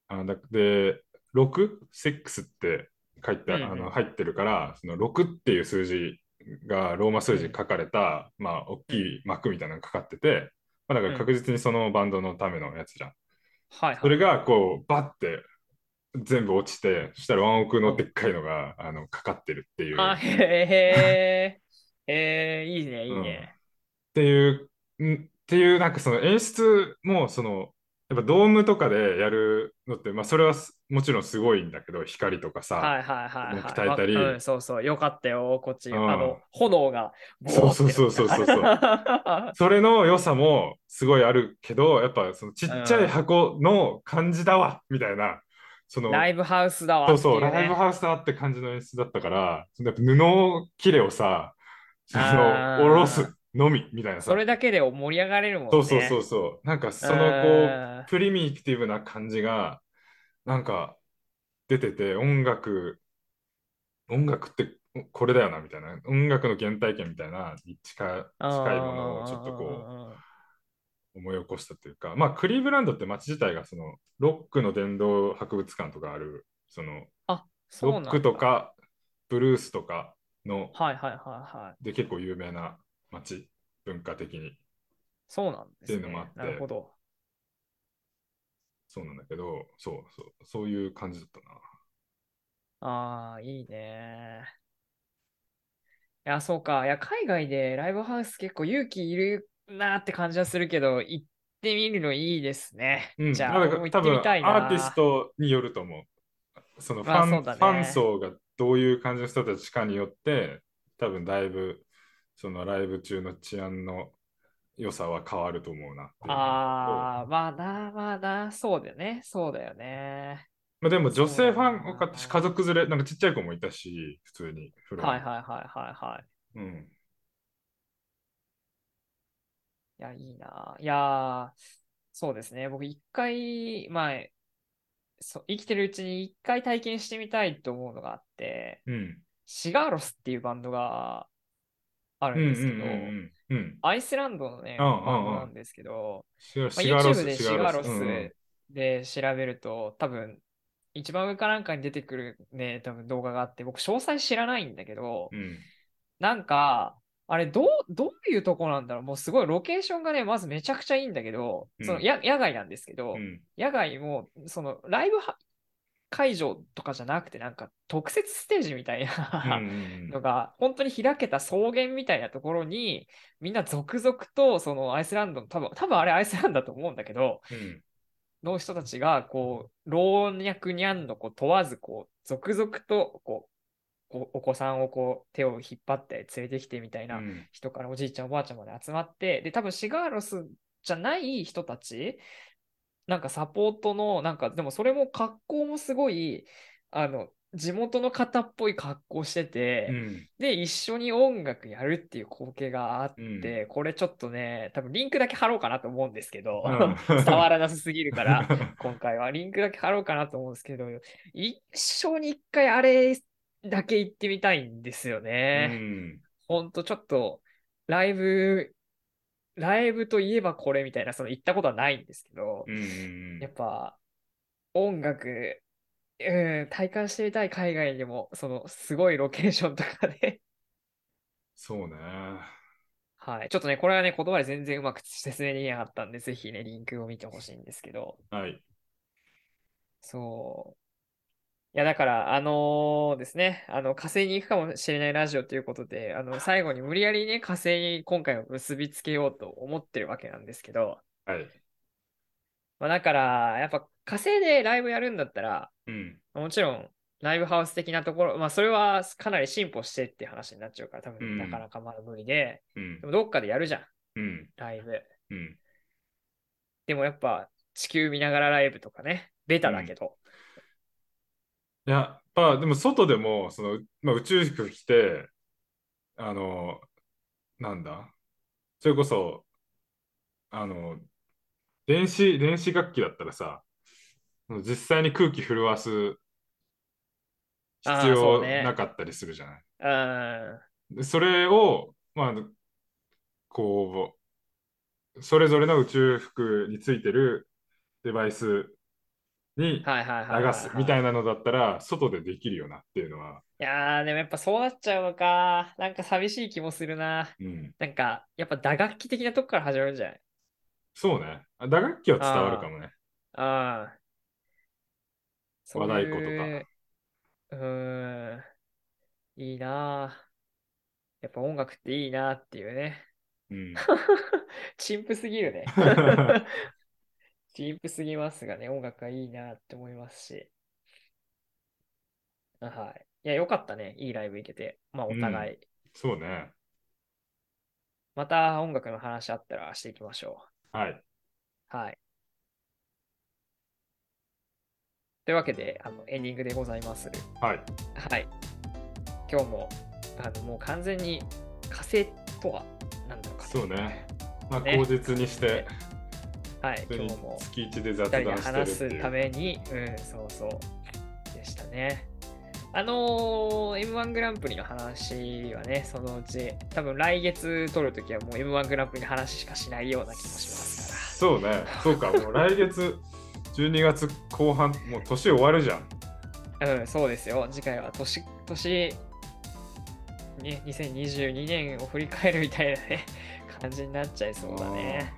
Speaker 1: あだで、6?6 って書いて、
Speaker 2: うんうん
Speaker 1: あの入ってるから、その6っていう数字がローマ数字書かれた、まあ、大きい幕みたいなのがかかってて、まあ、だから確実にそのバンドのためのやつじゃん。
Speaker 2: はいはい。
Speaker 1: それがこうバッて全部落ちてそしたらワンオクのでっかいのが、あのかかってるっていう、
Speaker 2: あ、
Speaker 1: っ
Speaker 2: へえ。えー、いいね、いいね。
Speaker 1: ていうんっていうなんかその演出もそのやっぱドームとかでやるのって、まあ、それはすもちろんすごいんだけど光とかさ、
Speaker 2: はいはいはいはい。
Speaker 1: 鍛えたり
Speaker 2: わうん、そうそう。よかったよ、こっち。
Speaker 1: うん
Speaker 2: あの、炎がボーって。
Speaker 1: そうそうそうそうそうそうそれの良さもすごいあるけどやっぱそのちっちゃい箱の感じだわ、みたいなその
Speaker 2: (laughs) ライブハウスだわ
Speaker 1: そう
Speaker 2: って
Speaker 1: そ、
Speaker 2: いうね。
Speaker 1: ライブハウスだって感じの演出だったから、そのやっぱ布切れをさ、その、
Speaker 2: あー
Speaker 1: 下ろすのみみたいなさ。
Speaker 2: それだけで盛り上がれるもんね。
Speaker 1: そうそうそうそう。なんかそのこ
Speaker 2: あ
Speaker 1: う、プリミティブな感じが、なんか出てて、音楽、音楽ってこれだよな、みたいな。音楽の原体験みたいな、に近い
Speaker 2: ー
Speaker 1: 近いものをちょっとこう、
Speaker 2: うんうんうん
Speaker 1: 思い起こしたというか、まあ、クリーブランドって街自体がそのロックの殿堂博物館とかあるその
Speaker 2: あそう
Speaker 1: ロ
Speaker 2: なん
Speaker 1: ッ
Speaker 2: だ
Speaker 1: クとかブルースとかの
Speaker 2: はいはいはいはい。
Speaker 1: で結構有名な街文化的に
Speaker 2: そうなんですね。
Speaker 1: っていうのもあって
Speaker 2: なるほど。
Speaker 1: そうなんだけどそうそうそういう感じだったな
Speaker 2: ああ、いいね。いや、そうか。いや、海外でライブハウス結構勇気いるなって感じはするけど、行ってみるのいいですね。
Speaker 1: うん
Speaker 2: じゃあ、
Speaker 1: まあだ
Speaker 2: 俺
Speaker 1: から
Speaker 2: も行
Speaker 1: 多
Speaker 2: って
Speaker 1: 分
Speaker 2: みたいな。
Speaker 1: アーティストによると思うそのフ
Speaker 2: まあ
Speaker 1: ァン、
Speaker 2: そうだね
Speaker 1: ファン層がどういう感じの人たちかによって多分だいぶそのライブ中の治安の良さは変わると思うなっていう
Speaker 2: ああ、まあな、まあな、そうだよね。そうだよね。
Speaker 1: まあ、でも女性ファン
Speaker 2: そ
Speaker 1: 多
Speaker 2: うだ
Speaker 1: か
Speaker 2: な
Speaker 1: ったし、家族連れ、なんかちっちゃい子もいたし、普通に。フロア
Speaker 2: はい
Speaker 1: に
Speaker 2: はいはいはいはい。
Speaker 1: うん。
Speaker 2: いや、いいな。いやー、そうですね。僕、一回、まあ、そう生きてるうちに一回体験してみたいと思うのがあって、
Speaker 1: うん。
Speaker 2: シガーロスっていうバンドがあ
Speaker 1: うん
Speaker 2: る
Speaker 1: うんん
Speaker 2: ですけど、
Speaker 1: うんうん。うん。
Speaker 2: アイスランドのね、
Speaker 1: うんうんうん
Speaker 2: バンドなんですけど、
Speaker 1: シガ
Speaker 2: まあ、
Speaker 1: シガロ
Speaker 2: YouTube
Speaker 1: ス、
Speaker 2: でシ
Speaker 1: シガ
Speaker 2: ガー
Speaker 1: ロ
Speaker 2: ロ
Speaker 1: ス。うんうん
Speaker 2: スで調べると、多分、一番上かなんかに出てくるね、多分動画があって、僕、詳細知らないんだけど、
Speaker 1: うん。
Speaker 2: なんか、あれどう、どういうとこなんだろうもうすごいロケーションがね、まずめちゃくちゃいいんだけど、
Speaker 1: うん
Speaker 2: そのや野外なんですけど、
Speaker 1: うん。
Speaker 2: 野外も、そのライブは会場とかじゃなくて、なんか特設ステージみたい
Speaker 1: うんう
Speaker 2: な、
Speaker 1: んう
Speaker 2: の
Speaker 1: ん
Speaker 2: が、本当に開けた草原みたいなところに、みんな続々と、そのアイスランドの、多分多分あれアイスランドだと思うんだけど、
Speaker 1: うん
Speaker 2: の人たちが、こう、老若にゃんのこう問わず、こう、続々と、こう、おお子さんをこう手を引っ張って連れてきてみたいな
Speaker 1: うん
Speaker 2: 人からおじいちゃんおばあちゃんまで集まってで多分シガーロスじゃない人たちなんかサポートのなんかでもそれも格好もすごいあの地元の方っぽい格好してて、
Speaker 1: うん
Speaker 2: で一緒に音楽やるっていう光景があって、これちょっとね多分リンクだけ貼ろうかなと思うんですけど、
Speaker 1: うん (laughs)
Speaker 2: 伝わらなさすぎるから。今回はリンクだけ貼ろうかなと思うんですけど、一生に一回あれだけ行ってみたいんですよ
Speaker 1: う
Speaker 2: ね。
Speaker 1: ん。
Speaker 2: ほんとちょっと、ライブ、ライブといえばこれみたいな、その行ったことはないんですけど、
Speaker 1: うんうん
Speaker 2: やっぱ音楽、うん、体感してみたい海外でも、そのすごいロケーションとかで、
Speaker 1: そうね。
Speaker 2: はい。ちょっとね、これはね、言葉で全然うまく説明できなかったんで、ぜひね、リンクを見てほしいんですけど、
Speaker 1: はい。
Speaker 2: そう。や、だから、あのーですね、あの、火星に行くかもしれないラジオということで、あの、最後に無理やりね、火星に今回は結びつけようと思ってるわけなんですけど、
Speaker 1: はい。
Speaker 2: まあ、だから、やっぱ火星でライブやるんだったら、
Speaker 1: うん。
Speaker 2: もちろん、ライブハウス的なところ、まあ、それはかなり進歩してって話になっちゃうから、多
Speaker 1: うん
Speaker 2: 分なかなかまだ無理で、
Speaker 1: うん
Speaker 2: で。もどっかでやるじゃん、
Speaker 1: うん。
Speaker 2: ライブ。
Speaker 1: うん。
Speaker 2: でもやっぱ、地球見ながらライブとかね、ベタだけど。
Speaker 1: いや、やっぱでも外でも、その、まあ、宇宙服着て、あの、なんだ、それこそ、あの、電子、電子楽器だったらさ、その実際に空気震わす
Speaker 2: あー
Speaker 1: 必
Speaker 2: そう
Speaker 1: 要
Speaker 2: ね
Speaker 1: なかったりするじゃない。
Speaker 2: うん、あ
Speaker 1: でそれを、まあ、こう、それぞれの宇宙服についてるデバイスに
Speaker 2: はいはいはいはい、
Speaker 1: 流すみた
Speaker 2: い
Speaker 1: いなのだったら、外でできるよなっていうのは、
Speaker 2: やー、でもやっぱそうなっちゃうのか。なんか寂しい気もするな。
Speaker 1: うん、
Speaker 2: なんか、やっぱ打楽器的なとこから始まるんじゃない
Speaker 1: そうね。あ打楽器は伝わるかもね。
Speaker 2: ああ。そう
Speaker 1: 和太
Speaker 2: い
Speaker 1: 鼓
Speaker 2: ううーん。いいなあやっぱ音楽っていいなあっていうね。 (laughs)
Speaker 1: うん、
Speaker 2: 陳腐す
Speaker 1: (laughs)
Speaker 2: ぎるね。陳腐すぎますがね、音楽がいいなあって思いますし。あはい。いや、よかったね。いいライブ行けて。まあ、お互い。
Speaker 1: そうね。
Speaker 2: また音楽の話あったらしていきましょ
Speaker 1: はい。
Speaker 2: う。はい。というわけで、あのエンディングでございます。
Speaker 1: はい。
Speaker 2: はい。今日も、あの、もう完全に火星とは、なんだろうか。
Speaker 1: そうね。まあ、
Speaker 2: ね
Speaker 1: 口実にして、
Speaker 2: はい。
Speaker 1: 本当
Speaker 2: 今
Speaker 1: に
Speaker 2: 日も、
Speaker 1: 月一で雑
Speaker 2: 二人で
Speaker 1: 談してるっ
Speaker 2: 話
Speaker 1: てい
Speaker 2: す
Speaker 1: う。
Speaker 2: ために、うん、そうそう。でしたね。あのー、M1 グランプリの話はね、そのうち、多分来月撮るときはもう M1 グランプリの話しかしないような気もしますから。
Speaker 1: そうね。そうか。もう来月、12月後半、もう年終わるじゃん。
Speaker 2: うん、そうですよ。次回は年、年、ね、2022年を振り返るみたいなね、 (laughs) 感じになっちゃいそうだね。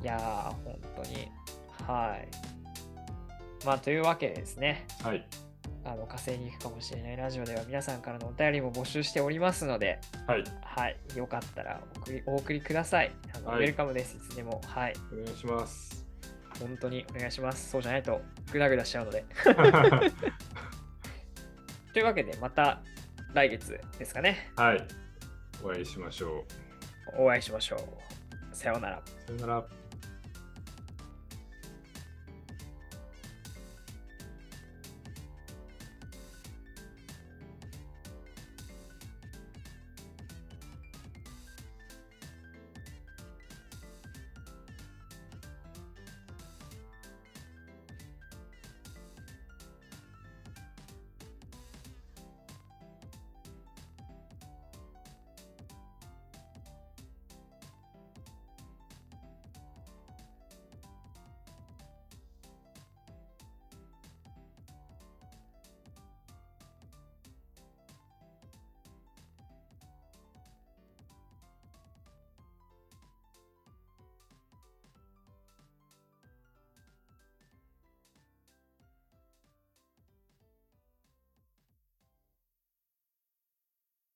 Speaker 2: いやー、本当に。はい。まあ、というわけでですね、
Speaker 1: はい。
Speaker 2: あの火星に行くかもしれないラジオでは皆さんからのお便りも募集しておりますので、
Speaker 1: はい。
Speaker 2: はい、よかったらお送りお送りください。あの
Speaker 1: はい
Speaker 2: ウェルカムです、いつでも。はい、
Speaker 1: お願いします。
Speaker 2: 本当にお願いします。そうじゃないと、グダグダしちゃうので。
Speaker 1: は
Speaker 2: というわけで、また来月ですかね。
Speaker 1: い。お会いしましょ
Speaker 2: お会いしましょう。さようなら。
Speaker 1: う。さよなら。